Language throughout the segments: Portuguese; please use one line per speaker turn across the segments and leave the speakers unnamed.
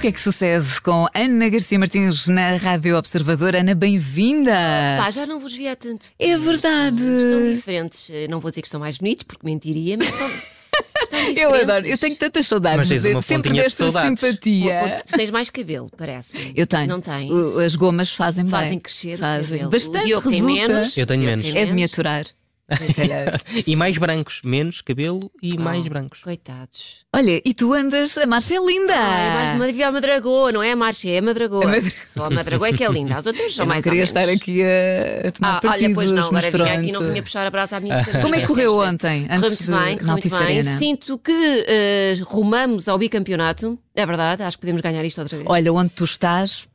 que é que sucede com Ana Garcia Martins na Rádio Observador? Ana, bem-vinda!
Pá, já não vos vi há tanto.
É verdade!
Estão diferentes. Eh, Não vou dizer que estão mais bonitos, porque mentiria, mas estão, estão diferentes.
Eu adoro, eu tenho tantas saudades
Mas tens
de-
uma
sempre
fontinha de
desta
saudades.
simpatia.
Tu tens mais cabelo, parece.
Eu tenho.
Não tens.
O- As gomas fazem,
Fazem
bem.
crescer o
Fazem.
cabelo. o
Bastante
Diogo tem
resulta.
menos.
Eu tenho
Diogo
menos.
tem
É de me aturar.
é.
E mais brancos, menos cabelo e
Ah,
mais brancos.
Coitados.
Olha, e tu andas, a marcha é linda!
Ah, é mais uma devia a Madragoa, não é a Marcha, é a Madragoa.
A Madragoa.
Só a Madragoa é que é linda, as outras são
Eu não
mais ou
queria
menos.
estar aqui a, a tomar
Ah,
partidos,
olha, pois não,
mas
agora vinha aqui e
pronto.
não vinha puxar a brasa à minha sardinha.
Como é que correu ontem?
Correu
Antes de,
muito bem, correu
na
muito
Altice
bem.
Arena?
Sinto que eh, rumamos ao bicampeonato. É verdade, acho que podemos ganhar isto outra vez.
Olha, onde tu estás,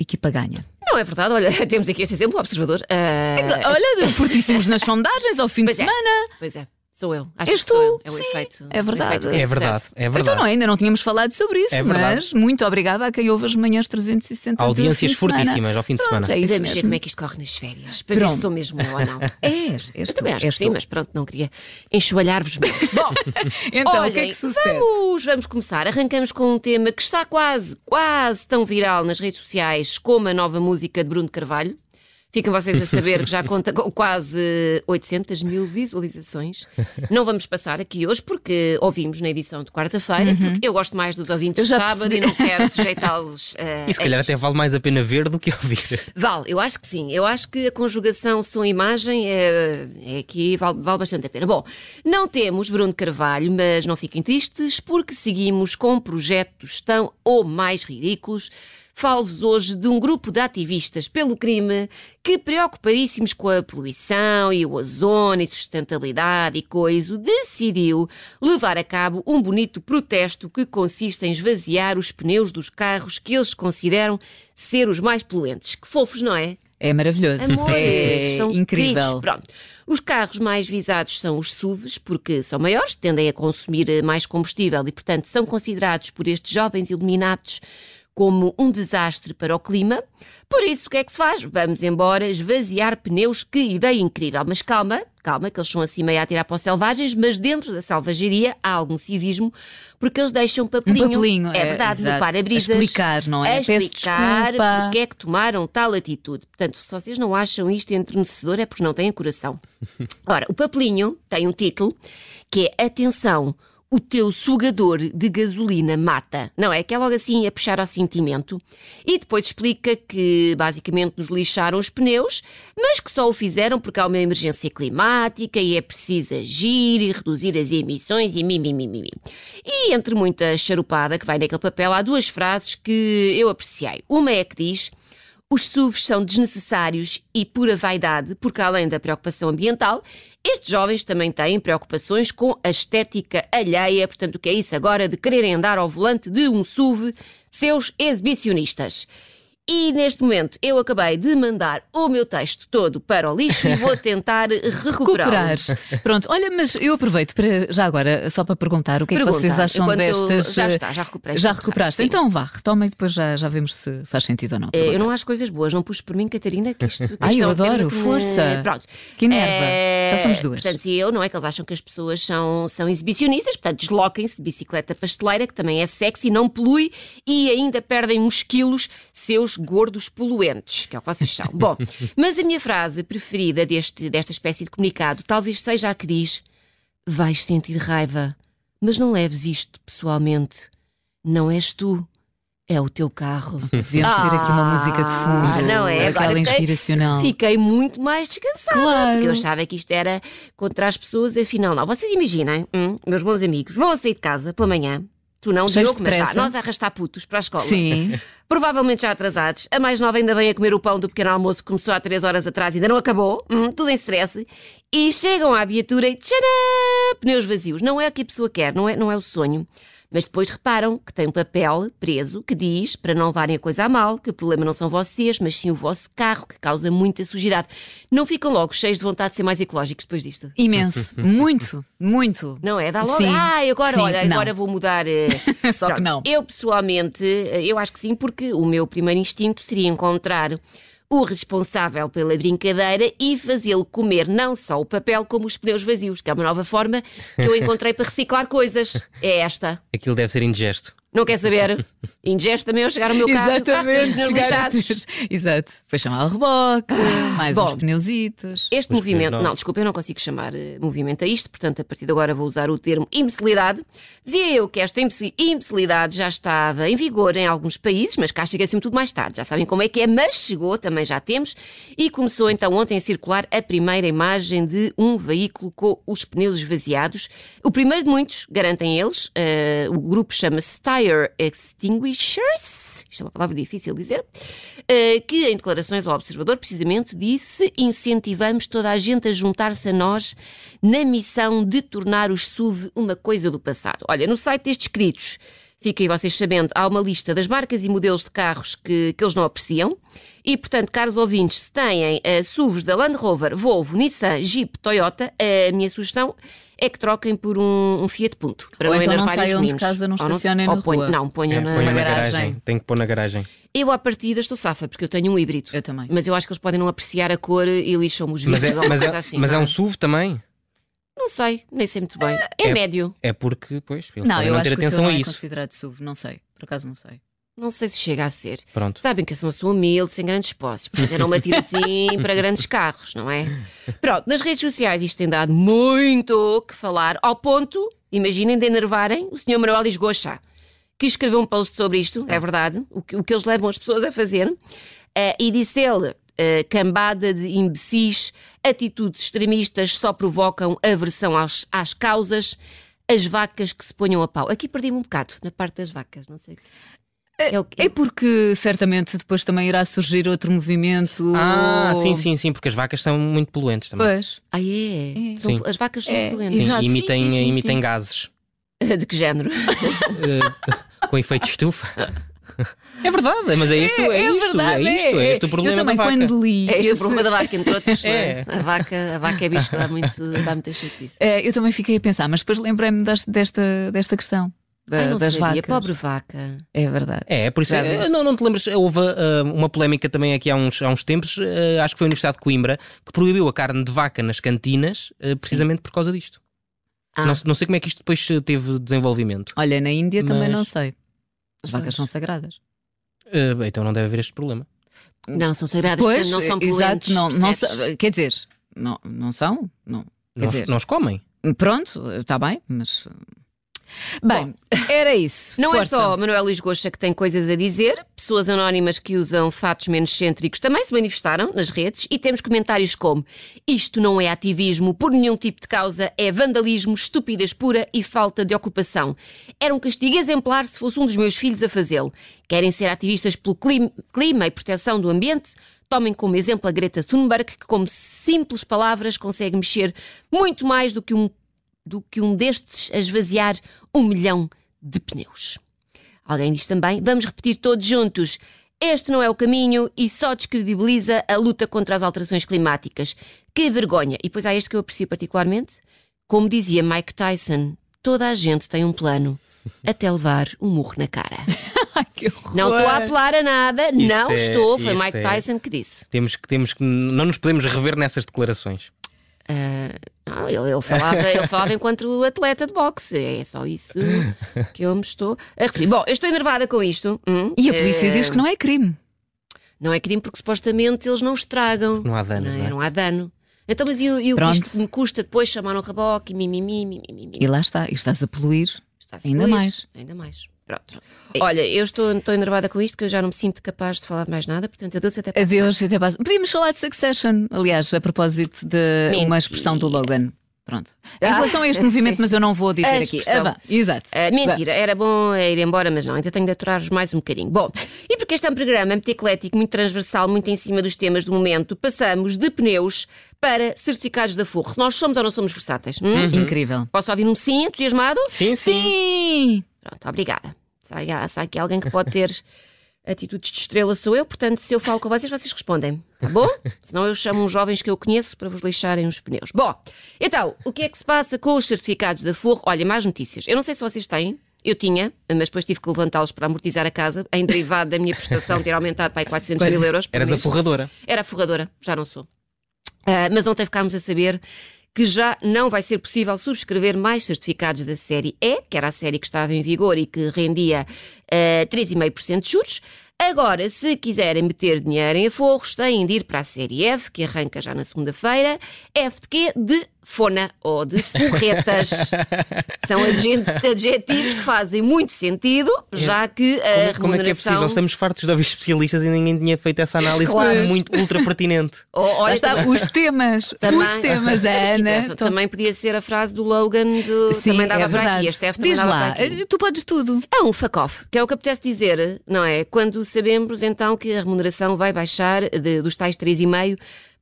equipa ganha.
Não é verdade, olha, temos aqui este exemplo, o observador. Eh,
Olha, fortíssimos nas sondagens ao fim de
Pois é.
semana.
Pois é, sou eu. Acho
És
que sou
tu,
eu. É o
sim,
efeito.
é
o
verdade.
efeito que
É
sucesso.
verdade, é
Então não,
verdade.
ainda não tínhamos falado sobre isso,
É verdade.
mas muito obrigada a quem ouve as manhãs 360. do
Audiências
fim de semana.
fortíssimas ao fim de semana.
Pronto, é isso
Podemos ver
mesmo.
como é que isto corre nas férias, para ver
Pronto.
se sou mesmo eu ou não.
És, és
Eu
tu,
também acho que
és
sim,
tu.
mas pronto, não queria enxoalhar-vos mais. Bom,
Então,
Olhem,
o que é que sucede?
Vamos, vamos começar. Arrancamos com um tema que está quase, quase tão viral nas redes sociais como a nova música de Bruno Carvalho. Ficam vocês a saber que já conta com quase 800 mil visualizações. Não vamos passar aqui hoje porque ouvimos na edição de quarta-feira.
Uhum.
Porque eu gosto mais dos ouvintes
Eu
de
já
sábado
percebi.
e não quero sujeitá-los eh,
E se
É
calhar
a isto.
até vale mais a pena ver do que ouvir.
Vale, eu acho que sim. Eu acho que a conjugação som-imagem é, é aqui, vale, vale bastante a pena. Bom, não temos Bruno Carvalho, mas não fiquem tristes porque seguimos com projetos tão ou mais ridículos. Falo-vos hoje de um grupo de ativistas pelo crime que, preocupadíssimos com a poluição e o ozono e sustentabilidade e coisa, decidiu levar a cabo um bonito protesto que consiste em esvaziar os pneus dos carros que eles consideram ser os mais poluentes. Que fofos, não é?
É maravilhoso.
Amores,
é
são
incrível.
queridos. Pronto. Os carros mais visados são os SUVs, porque são maiores, tendem a consumir eh, mais combustível e, portanto, são considerados por estes jovens iluminados como um desastre para o clima. Por isso, o que é que se faz? Vamos embora esvaziar pneus. Que ideia incrível! Mas calma, calma, que eles são assim meio a tirar para os selvagens, mas dentro da selvageria há algum civismo, porque eles deixam papelinho.
Um papelinho,
é,
é,
verdade, no
exato.
para-brisas.
A explicar, não é?
A
Peço
explicar
desculpa.
porque é que tomaram tal atitude. Portanto, se vocês não acham isto entrenecedor é porque não têm coração. Ora, o papelinho tem um título que é Atenção, o teu sugador de gasolina mata. Não é? Que é logo assim a puxar ao sentimento. E depois explica que basicamente nos lixaram os pneus, mas que só o fizeram porque há uma emergência climática e é preciso agir e reduzir as emissões e mimimimimi. E entre muita charupada que vai naquele papel, há duas frases que eu apreciei. Uma é que diz. Os SUVs são desnecessários e pura vaidade, porque além da preocupação ambiental, estes jovens também têm preocupações com a estética alheia. Portanto, o que é isso agora de quererem andar ao volante de um SUV, seus exibicionistas? E neste momento eu acabei de mandar o meu texto todo para o lixo e vou tentar recuperar.
Recuperar. Pronto, olha, mas eu aproveito para, já agora, só para perguntar o que é que
Pergunta,
vocês acham
enquanto eu-
destas. eh,
já está, já recuperei,
Já
está muito
recuperaste.
rápido,
Então vá, retoma e depois já, já vemos se faz sentido ou não.
Eh, Eu não acho coisas boas, não pus por mim, Catarina, que isto. que
Ai,
isto é
eu
um tema
adoro,
que me-
força.
Pronto.
Que enerva.
Eh,
Já somos duas.
Portanto, e eu, não é? Que eles acham que as pessoas são, são exibicionistas, portanto, desloquem-se de bicicleta pasteleira, que também é sexy, não polui e ainda perdem uns quilos seus gordos poluentes, que é o que vocês são. Bom, mas a minha frase preferida deste, desta espécie de comunicado talvez seja a que diz: Vais sentir raiva, mas não leves isto pessoalmente. Não és tu, é o teu carro.
Devíamos ter aqui uma música de
Ah,
fundo.
não
Aquela
é? Agora fiquei-
inspiracional.
Fiquei muito mais descansada. Porque eu
Claro.
achava que isto era contra as pessoas, afinal não. Vocês imaginem, hum, meus bons amigos, vão a sair de casa pela manhã. Tu não,
Cheios
Diogo,
de
mas vá,
pressa.
nós a arrastar putos para a escola.
Sim.
Provavelmente já atrasados. A mais nova ainda vem a comer o pão do pequeno almoço que começou há três horas atrás e ainda não acabou. Hum, tudo em stress. E chegam à viatura e tcharam! Pneus vazios. Não é o que a pessoa quer, não é, não é o sonho. Mas depois reparam que tem um papel preso que diz, para não levarem a coisa a mal, que o problema não são vocês, mas sim o vosso carro, que causa muita sujidade. Não ficam logo cheios de vontade de ser mais ecológicos depois disto?
Imenso. Muito, muito.
Não é? Dá logo.
Sim.
Ai, agora,
Sim,
olha,
não.
agora vou mudar. eh,
Só que
Pronto,
não.
Eu pessoalmente, eh, eu acho que sim, porque o meu primeiro instinto seria encontrar o responsável pela brincadeira e fazê-lo comer não só o papel como os pneus vazios, que é uma nova forma que eu encontrei para reciclar coisas. É esta.
Aquilo deve ser indigesto.
não quer saber. Ingeste também eu chegar ao meu carro. e o carro tem os
Exatamente.
pneus
chegar a
lixados. Ah,
ter- Exato. Foi chamar o reboque, mais
Bom.
uns pneuzitos.
Este
Pois
movimento,
pois não.
não, desculpa, eu não consigo chamar eh, movimento a isto, portanto, a partir de agora vou usar o termo imbecilidade. Dizia eu que esta imbeci- imbecilidade já estava em vigor em alguns países, mas cá chega sempre tudo mais tarde, já sabem como é que é, mas chegou, também já temos, e começou então ontem a circular a primeira imagem de um veículo com os pneus esvaziados. O primeiro de muitos, garantem eles, eh, o grupo chama-se Tire Extinguishers, isto é uma palavra difícil de dizer, eh, que em declarações ao Observador precisamente disse incentivamos toda a gente a juntar-se a nós na missão de tornar os SUV uma coisa do passado. Olha, no site destes escritos, fiquem vocês sabendo, há uma lista das marcas e modelos de carros que, que eles não apreciam. E, portanto, caros ouvintes, se têm eh, SUVs da Land Rover, Volvo, Nissan, Jeep, Toyota, eh, a minha sugestão é que troquem por um, um Fiat Punto. Para
Ou então não
enervarem os
saiam de
meninos.
casa, não
Ou se-
estacionem na
ou ponham-
rua.
Não, ponham
É,
na,
põe
na
na
garagem.
garagem. Tem que pôr na garagem.
eu, à partida, estou safa, porque eu tenho um híbrido.
Eu também.
Mas eu acho que eles podem não apreciar a cor e lixam-me os vidros
Mas é,
ou uma
mas é-
coisa assim.
mas é
não
um SUV também?
Não sei, nem sei muito bem. É,
é-
médio.
É porque, pois, eles
Não,
podem
eu
não
acho que
ter
o teu
atenção
não
a
é
isso.
considerado SUV, não sei. Por acaso não sei.
Não sei se chega a ser.
Pronto.
Sabem que eu sou uma pessoa humilde, sem grandes posses, portanto eu não me atiro assim para grandes carros, não é? Pronto, nas redes sociais isto tem dado muito o que falar, ao ponto, imaginem, de enervarem o Sr. Manuel Lisgoa Chá, que escreveu um post sobre isto, é verdade, o que, o que eles levam as pessoas a fazer, eh, e disse ele, eh, cambada de imbecis, atitudes extremistas só provocam aversão aos- às causas, as vacas que se ponham a pau. Aqui perdi-me um bocado, na parte das vacas, não sei. É, o
É porque certamente depois também irá surgir outro movimento.
Ah,
ou-
sim, sim, sim, porque as vacas são muito poluentes também.
Pois.
Ah, é?
É.
São-
Sim.
as vacas são
É,
doentes.
Sim,
Exato, sim,
emitem,
sim, sim,
emitem
sim.
gases
De que género?
eh, com efeito estufa. É verdade, mas é isto, é,
é
isto,
verdade,
é isto, é,
é.
este o problema
Eu também
da vaca.
quando li.
É este o
esse-
problema da vaca, entre outros.
É.
não é? A, vaca, a vaca é bicho que dá, muito, dá muita chatice.
É, eu também fiquei a pensar, mas depois lembrei-me das- desta, desta questão da-
Ai, não
das
sabia.
vacas.
Pobre vaca.
É verdade.
É, por isso.
Já
eh,
viste.
não, não te lembras? Houve ah, uma polémica também aqui há uns, há uns tempos, ah, acho que foi a Universidade de Coimbra, que proibiu a carne de vaca nas cantinas ah, precisamente por causa disto.
Ah.
Não, se- não sei como é que isto depois eh, teve desenvolvimento.
Olha, na Índia também
Mas-
não sei. As vacas
Pois.
são sagradas.
Ah, bem, então não deve haver este problema.
Não, são sagradas,
Pois, eh,
portanto, não são poluentes.
exato, não, não
percebes?
sa- quer dizer, não, não são, não. Quer
Não os-
dizer-
não os comem.
Pronto, está bem, mas. Bem, era isso.
Não é
Força.
só Manuel Luís Goxa que tem coisas a dizer, pessoas anónimas que usam fatos menos cêntricos também se manifestaram nas redes e temos comentários como isto não é ativismo por nenhum tipo de causa, é vandalismo, estupidez pura e falta de ocupação. Era um castigo exemplar se fosse um dos meus filhos a fazê-lo. Querem ser ativistas pelo clim- clima e proteção do ambiente? Tomem como exemplo a Greta Thunberg, que com simples palavras consegue mexer muito mais do que um do que um destes a esvaziar um milhão de pneus. Alguém diz também: vamos repetir todos juntos. Este não é o caminho e só descredibiliza a luta contra as alterações climáticas. Que vergonha! E depois há este que eu aprecio particularmente. Como dizia Mike Tyson, toda a gente tem um plano até levar um murro na cara.
Ai, que horror.
Não estou a apelar a nada, não
é-
estou. Foi
isso
Mike
é-
Tyson que disse.
Temos que, temos que. Não nos podemos rever nessas declarações.
Ah, Não, ele, ele falava, ele falava enquanto atleta de boxe. É só isso que eu me estou a referir. Bom, eu estou enervada com isto. Hum?
E a polícia
Eh,
diz que não é crime.
Não é crime porque supostamente eles não estragam.
Não há dano, não é?
Não há dano. Então, mas e, o- e o que
Pronto.
isto me custa depois chamar um reboque e mimimi, mimimi,
E lá está, e estás a poluir.
Está-se
Ainda
feliz.
mais. É
Ainda mais. Pronto. Olha, eu estou, estou enervada com isto, que eu já não me sinto capaz de falar de mais nada, portanto, adeus até para a
Adeus, até passa. Podíamos falar de Succession, aliás, a propósito de uma
Mentira.
expressão do Logan. Pronto. Em
Ah,
relação a este movimento,
sim.
mas eu não vou dizer
A
aqui.
expressão.
vá, exato.
Ah, mentira, era bom ir embora, mas não, ainda tenho de aturar-vos mais um bocadinho. Bom, e porque este é um programa muito eclético, muito transversal, muito em cima dos temas do momento, passamos de pneus para certificados da Forro. Nós somos ou não somos versáteis?
Uhum.
Hum?
Incrível.
Posso ouvir um sim entusiasmado?
Sim,
Sim!
Pronto, obrigada. Sai, sai aqui alguém que pode ter atitudes de estrela, sou eu, portanto, se eu falo com vocês, vocês respondem, tá bom? Senão eu chamo uns jovens que eu conheço para vos lixarem os pneus. Bom, então, o que é que se passa com os certificados da Forro? Olha, mais notícias. Eu não sei se vocês têm. Eu tinha, mas depois tive que levantá-los para amortizar a casa, em derivado da minha prestação ter aumentado para aí 400 mil euros. por
Eras a
mês.
forradora.
Era forradora, já não sou. Ah, mas ontem ficámos a saber que já não vai ser possível subscrever mais certificados da série E, que era a série que estava em vigor e que rendia eh, 3,5% de juros. Agora, se quiserem meter dinheiro em aforros, têm de ir para a série F, que arranca já na segunda-feira. F de quê? De fona ou de forretas. São adjen- adjetivos que fazem muito sentido, já que a
Como,
remuneração...
É. como é que é possível? Estamos fartos de ouvir especialistas e ninguém tinha feito essa análise
Claro.
muito ultra pertinente.
Oh, olha,
Está, tá, os temas, os temas, a
Sabes que
Ana.
interessa? Também podia ser a frase do Logan, do,
Sim,
também dava
é
para aqui,
verdade.
a Steph também
Diz
dava
lá,
para aqui.
eh, tu podes tudo.
É um fuck-off, que é o que apetece dizer, não é? Quando sabemos então que a remuneração vai baixar de- dos tais 3,5%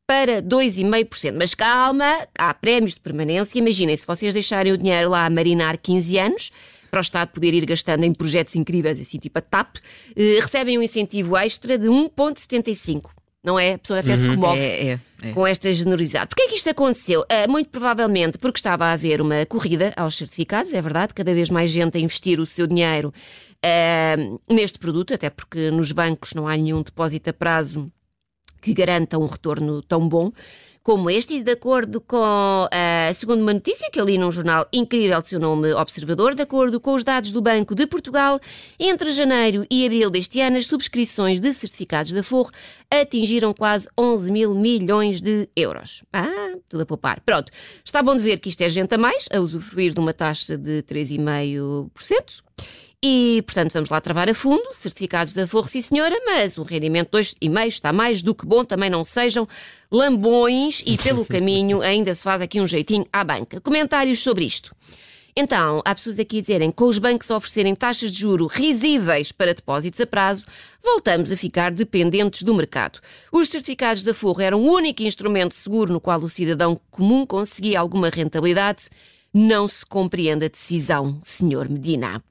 para 2,5%. Mas calma, há prémios de permanência. Imaginem, se vocês deixarem o dinheiro lá a marinar 15 anos, para o Estado poder ir gastando em projetos incríveis, assim, tipo a TAP, eh, recebem um incentivo extra de 1,75%. Não é? A pessoa até se comove
É, é, é.
com esta generosidade. Porquê é que isto aconteceu? Ah, muito provavelmente porque estava a haver uma corrida aos certificados, é verdade, cada vez mais gente a investir o seu dinheiro ah, neste produto, até porque nos bancos não há nenhum depósito a prazo que garanta um retorno tão bom como este, e de acordo com, ah, segundo uma notícia que eu li num jornal incrível de seu nome, Observador, de acordo com os dados do Banco de Portugal, entre janeiro e abril deste ano, as subscrições de certificados da Forro atingiram quase 11 mil milhões de euros. Ah, tudo a poupar. Pronto, está bom de ver que isto é gente a mais, a usufruir de uma taxa de 3,5%. E, portanto, vamos lá travar a fundo, certificados da Forro, sim senhora, mas o rendimento dois e meio está mais do que bom, também não sejam lambões e pelo caminho ainda se faz aqui um jeitinho à banca. Comentários sobre isto. Então, há pessoas aqui a dizerem que com os bancos a oferecerem taxas de juro risíveis para depósitos a prazo, voltamos a ficar dependentes do mercado. Os certificados da Forro eram o único instrumento seguro no qual o cidadão comum conseguia alguma rentabilidade. Não se compreende a decisão, senhor Medina.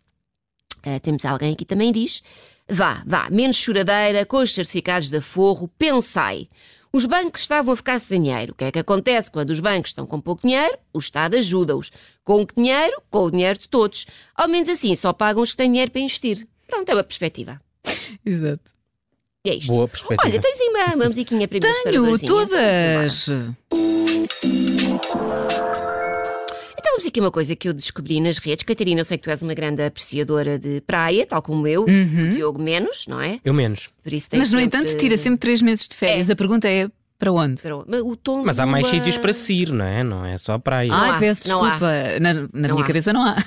Uh, temos alguém aqui que também diz: vá, vá, menos choradeira, com os certificados da Forro, pensai. Os bancos estavam a ficar sem dinheiro. O que é que acontece quando os bancos estão com pouco dinheiro? O Estado ajuda-os. Com que dinheiro? Com o dinheiro de todos. Ao menos assim, só pagam os que têm dinheiro para investir. Pronto, é uma perspectiva.
Exato.
E é isto.
Boa perspectiva.
Olha, tens aí uma, uma musiquinha para mim,
Tenho
separadorzinha?
todas.
Então vamos aqui uma coisa que eu descobri nas redes. Catarina, eu sei que tu és uma grande apreciadora de praia, tal como eu, o Diogo menos, não é?
Eu menos.
Por isso tens
Uhum. Mas, no
sempre-
entanto, tira sempre três meses de férias. A pergunta é para onde?
Pero- mas o tom
Mas há mais
do, ah,
sítios para se ir, não é? Não é só praia.
Ai,
há,
peço
não há.
desculpa. Na, na minha
há.
cabeça não há.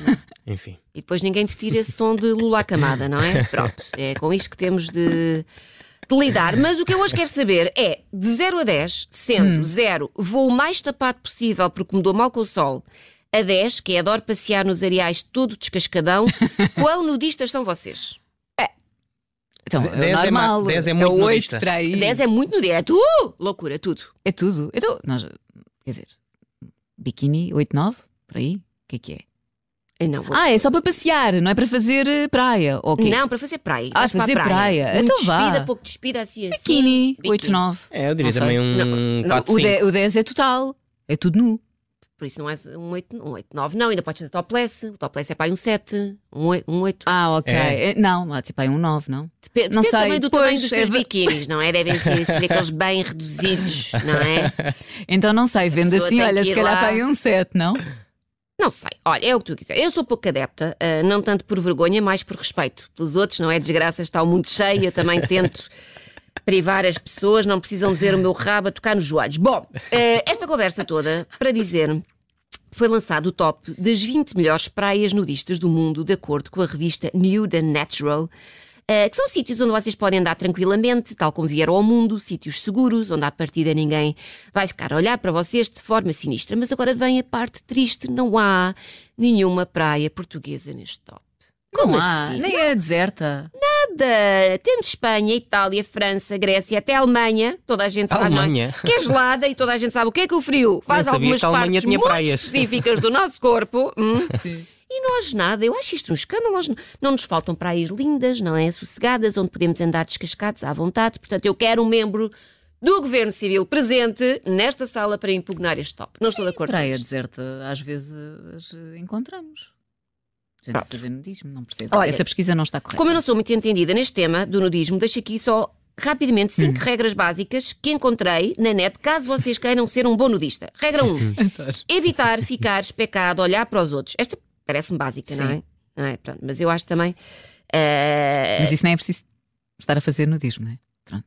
Enfim.
E depois ninguém te tira esse tom de Lula à camada, não é? Pronto, é com isto que temos de, de lidar. Mas o que eu hoje quero saber é, de 0 a 10,
Hum.
sendo 0, vou o mais tapado possível porque me dou mal com o sol, a 10, que é adoro passear nos areais todo descascadão, quão nudistas são vocês?
Então,
Dez
é
é ma-
normal.
dez é muito
oito
nudista.
para aí.
10 é muito nudista, é tu! Loucura, tudo.
É tudo. Então, nós, quer dizer, biquíni 8, 9, por aí? O que é que é?
Eh, Não,
Ah, é só para passear, não é para fazer eh, praia. ok?
não, para fazer praia.
Ah,
Vais para a
fazer praia.
Muito
Então vá.
despida, pouco despida, assim, assim.
Biquíni
biquíni.
8, 9.
É, eu diria
Não sei.
também
Não,
um
não,
4,
O
5.
10, o 10 é total. É tudo nu.
Por isso não é um 8, um 8 9, não, ainda pode ser topless. O topless é para aí um 7, um 8. Um 8.
Ah, ok.
É.
Eh, Não, há tipo aí um 9, não?
Depende,
não
depende
sei,
também do
depois
tamanho dos teus
é-
biquínis, não é? Devem ser, ser aqueles bem reduzidos, não é?
Então não sei, vendo
pessoa
assim,
tem
olha,
que
se
ir
calhar
lá.
para aí um 7, não?
Não sei, olha, é o que tu quiser. Eu sou pouco adepta, ah, não tanto por vergonha, mais por respeito pelos outros, não é? Desgraça está o mundo cheio, eu também tento privar as pessoas, não precisam de ver o meu rabo a tocar nos joelhos. Bom, ah, esta conversa toda para dizer. Foi lançado o top das 20 melhores praias nudistas do mundo, de acordo com a revista Nude and Natural, eh, que são sítios onde vocês podem andar tranquilamente, tal como vieram ao mundo, sítios seguros, onde à partida ninguém vai ficar a olhar para vocês de forma sinistra. Mas agora vem a parte triste: não há nenhuma praia portuguesa neste top. Como
não há,
assim?
nem é deserta.
Nada! Temos Espanha, Itália, França, Grécia, até a Alemanha, toda a gente sabe. não é?
Alemanha?
Que é gelada e toda a gente sabe o que é que o frio faz
sabia
algumas
que a Alemanha
partes
tinha
muito
praias.
específicas do nosso corpo. Hum.
Sim.
E nós nada, eu acho isto um escândalo. Nós n- não nos faltam praias lindas, não é? Sossegadas, onde podemos andar descascados à vontade. Portanto, eu quero um membro do Governo Civil presente nesta sala para impugnar este top. Não estou de acordo. com
Praia é
isto.
deserta, às vezes eh, encontramos. Gente a
Pronto.
fazer nudismo, não percebo.
Olha,
Essa pesquisa não está correta.
Como eu não sou muito entendida neste tema do nudismo, deixo aqui só rapidamente cinco
Hum.
regras básicas que encontrei na net, caso vocês queiram ser um bom nudista. Regra 1.
Hum.
Um, evitar ficar especado, olhar para os outros. Esta parece-me básica, não é? Não é? Pronto, mas eu acho também. eh,
Mas isso nem é preciso estar a fazer nudismo, não é? Pronto.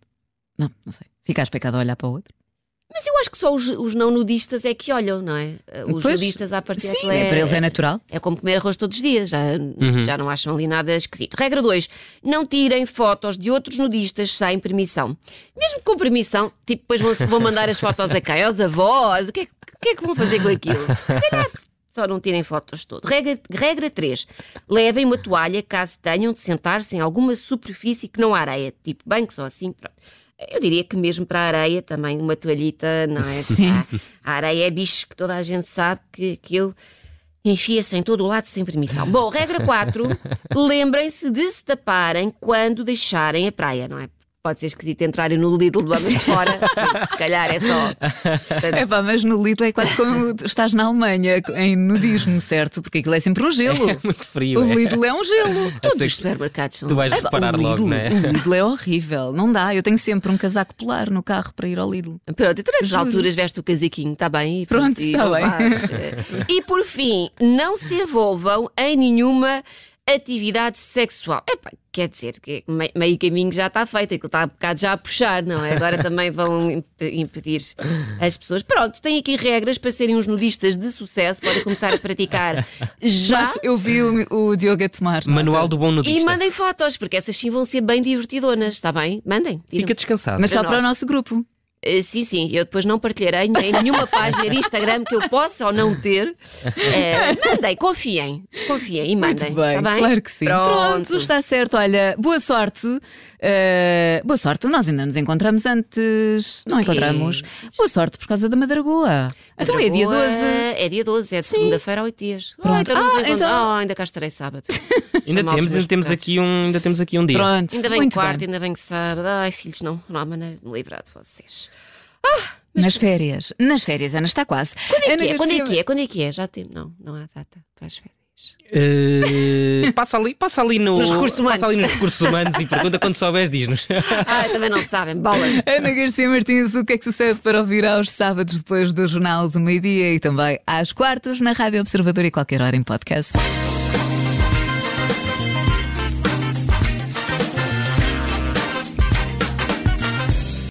Não, não sei. Ficar especado a olhar para o outro.
Mas eu acho que só os, os não nudistas é que olham, não é? Os
Pois,
nudistas à partida
Sim,
aquilo
é, para eles é Uhum. natural.
É como comer arroz todos os dias, já, já não acham ali nada esquisito. Regra 2: não tirem fotos de outros nudistas sem permissão. Mesmo com permissão, tipo, depois vão, vão mandar as fotos a quem? Aos avós? O que é, que- o que é que vão fazer com aquilo? Se calhar só não tirem fotos de todo. Regra, regra 3: levem uma toalha caso tenham de sentar-se em alguma superfície que não há areia, tipo bancos ou assim, pronto. Eu diria que mesmo para a areia também uma toalhita, não é?
Sim.
A, a areia é bicho que toda a gente sabe que aquilo Enfia-se em todo o lado sem permissão. Bom, regra 4. Lembrem-se de se taparem quando deixarem a praia, não é? Pode ser esquisito entrarem no Lidl do lado de fora. porque Se calhar é só.
É pá, mas no Lidl é quase como estás na Alemanha em nudismo, certo? Porque aquilo é sempre um gelo.
Muito frio.
O
é?
Lidl é um gelo.
Todos os supermercados são.
Tu vais
É pá,
reparar
o Lidl,
logo, não é?
O Lidl é horrível, não dá. Eu tenho sempre um casaco polar no carro para ir ao Lidl.
Pronto, então nessas
Juro.
alturas veste o casaquinho, está tá bem? E
Pronto,
e
está
não
bem.
vais. eh. E por fim, não se envolvam em nenhuma atividade sexual. Epá, quer dizer, que me- meio caminho já está feito, aquilo está um bocado já a puxar, não é? Agora também vão imp- impedir as pessoas. Pronto, tem aqui regras para serem uns nudistas de sucesso, podem começar a praticar já.
Mas eu vi o, o Diogo a tomar. nota.
Manual do bom
Tipo
E
nudista.
mandem fotos, porque essas sim vão ser bem divertidonas, está bem? Mandem. tiram.
Fica descansado.
Mas só
para
para o
nós.
nosso grupo.
Eh, sim, sim, eu depois não partilharei em nenhuma página de Instagram que eu possa ou não ter. Eh, mandem, confiem, confiem e mandem.
Muito bem,
tá bem?
claro que sim.
Pronto.
está certo. Olha, boa sorte. Uh, boa sorte, nós ainda nos encontramos antes. Não
quê?
encontramos. Boa sorte por causa da Madragoa. Então é dia 12.
É dia 12, é de segunda-feira a 8 dias. Ah,
Pronto.
então não nos
Ah,
encontro-
então-
Ah, ainda cá estarei sábado.
Ainda
Maus
temos,
meus
ainda temos
pecados.
aqui um, ainda temos aqui um dia.
Pronto,
Ainda bem
muito
quarto,
bem.
ainda bem que sábado. Ai, filhos, não, não há maneira de me livrar de vocês.
Nas férias. Nas férias, Ana está quase. Quando
Que é? Quando é que é? Quando é que é? Já tem. Não, não há data para as férias.
Eh, passa ali, passa ali no-
Nos recursos humanos.
Passa ali nos recursos humanos e pergunta quando souberes, diz-nos.
Ai, Ah, também não sabem, bolas.
Ana Garcia Martins, o que é que sucede para ouvir aos sábados depois do Jornal do Meio-Dia e também às quartas na Rádio Observador e qualquer hora em podcast?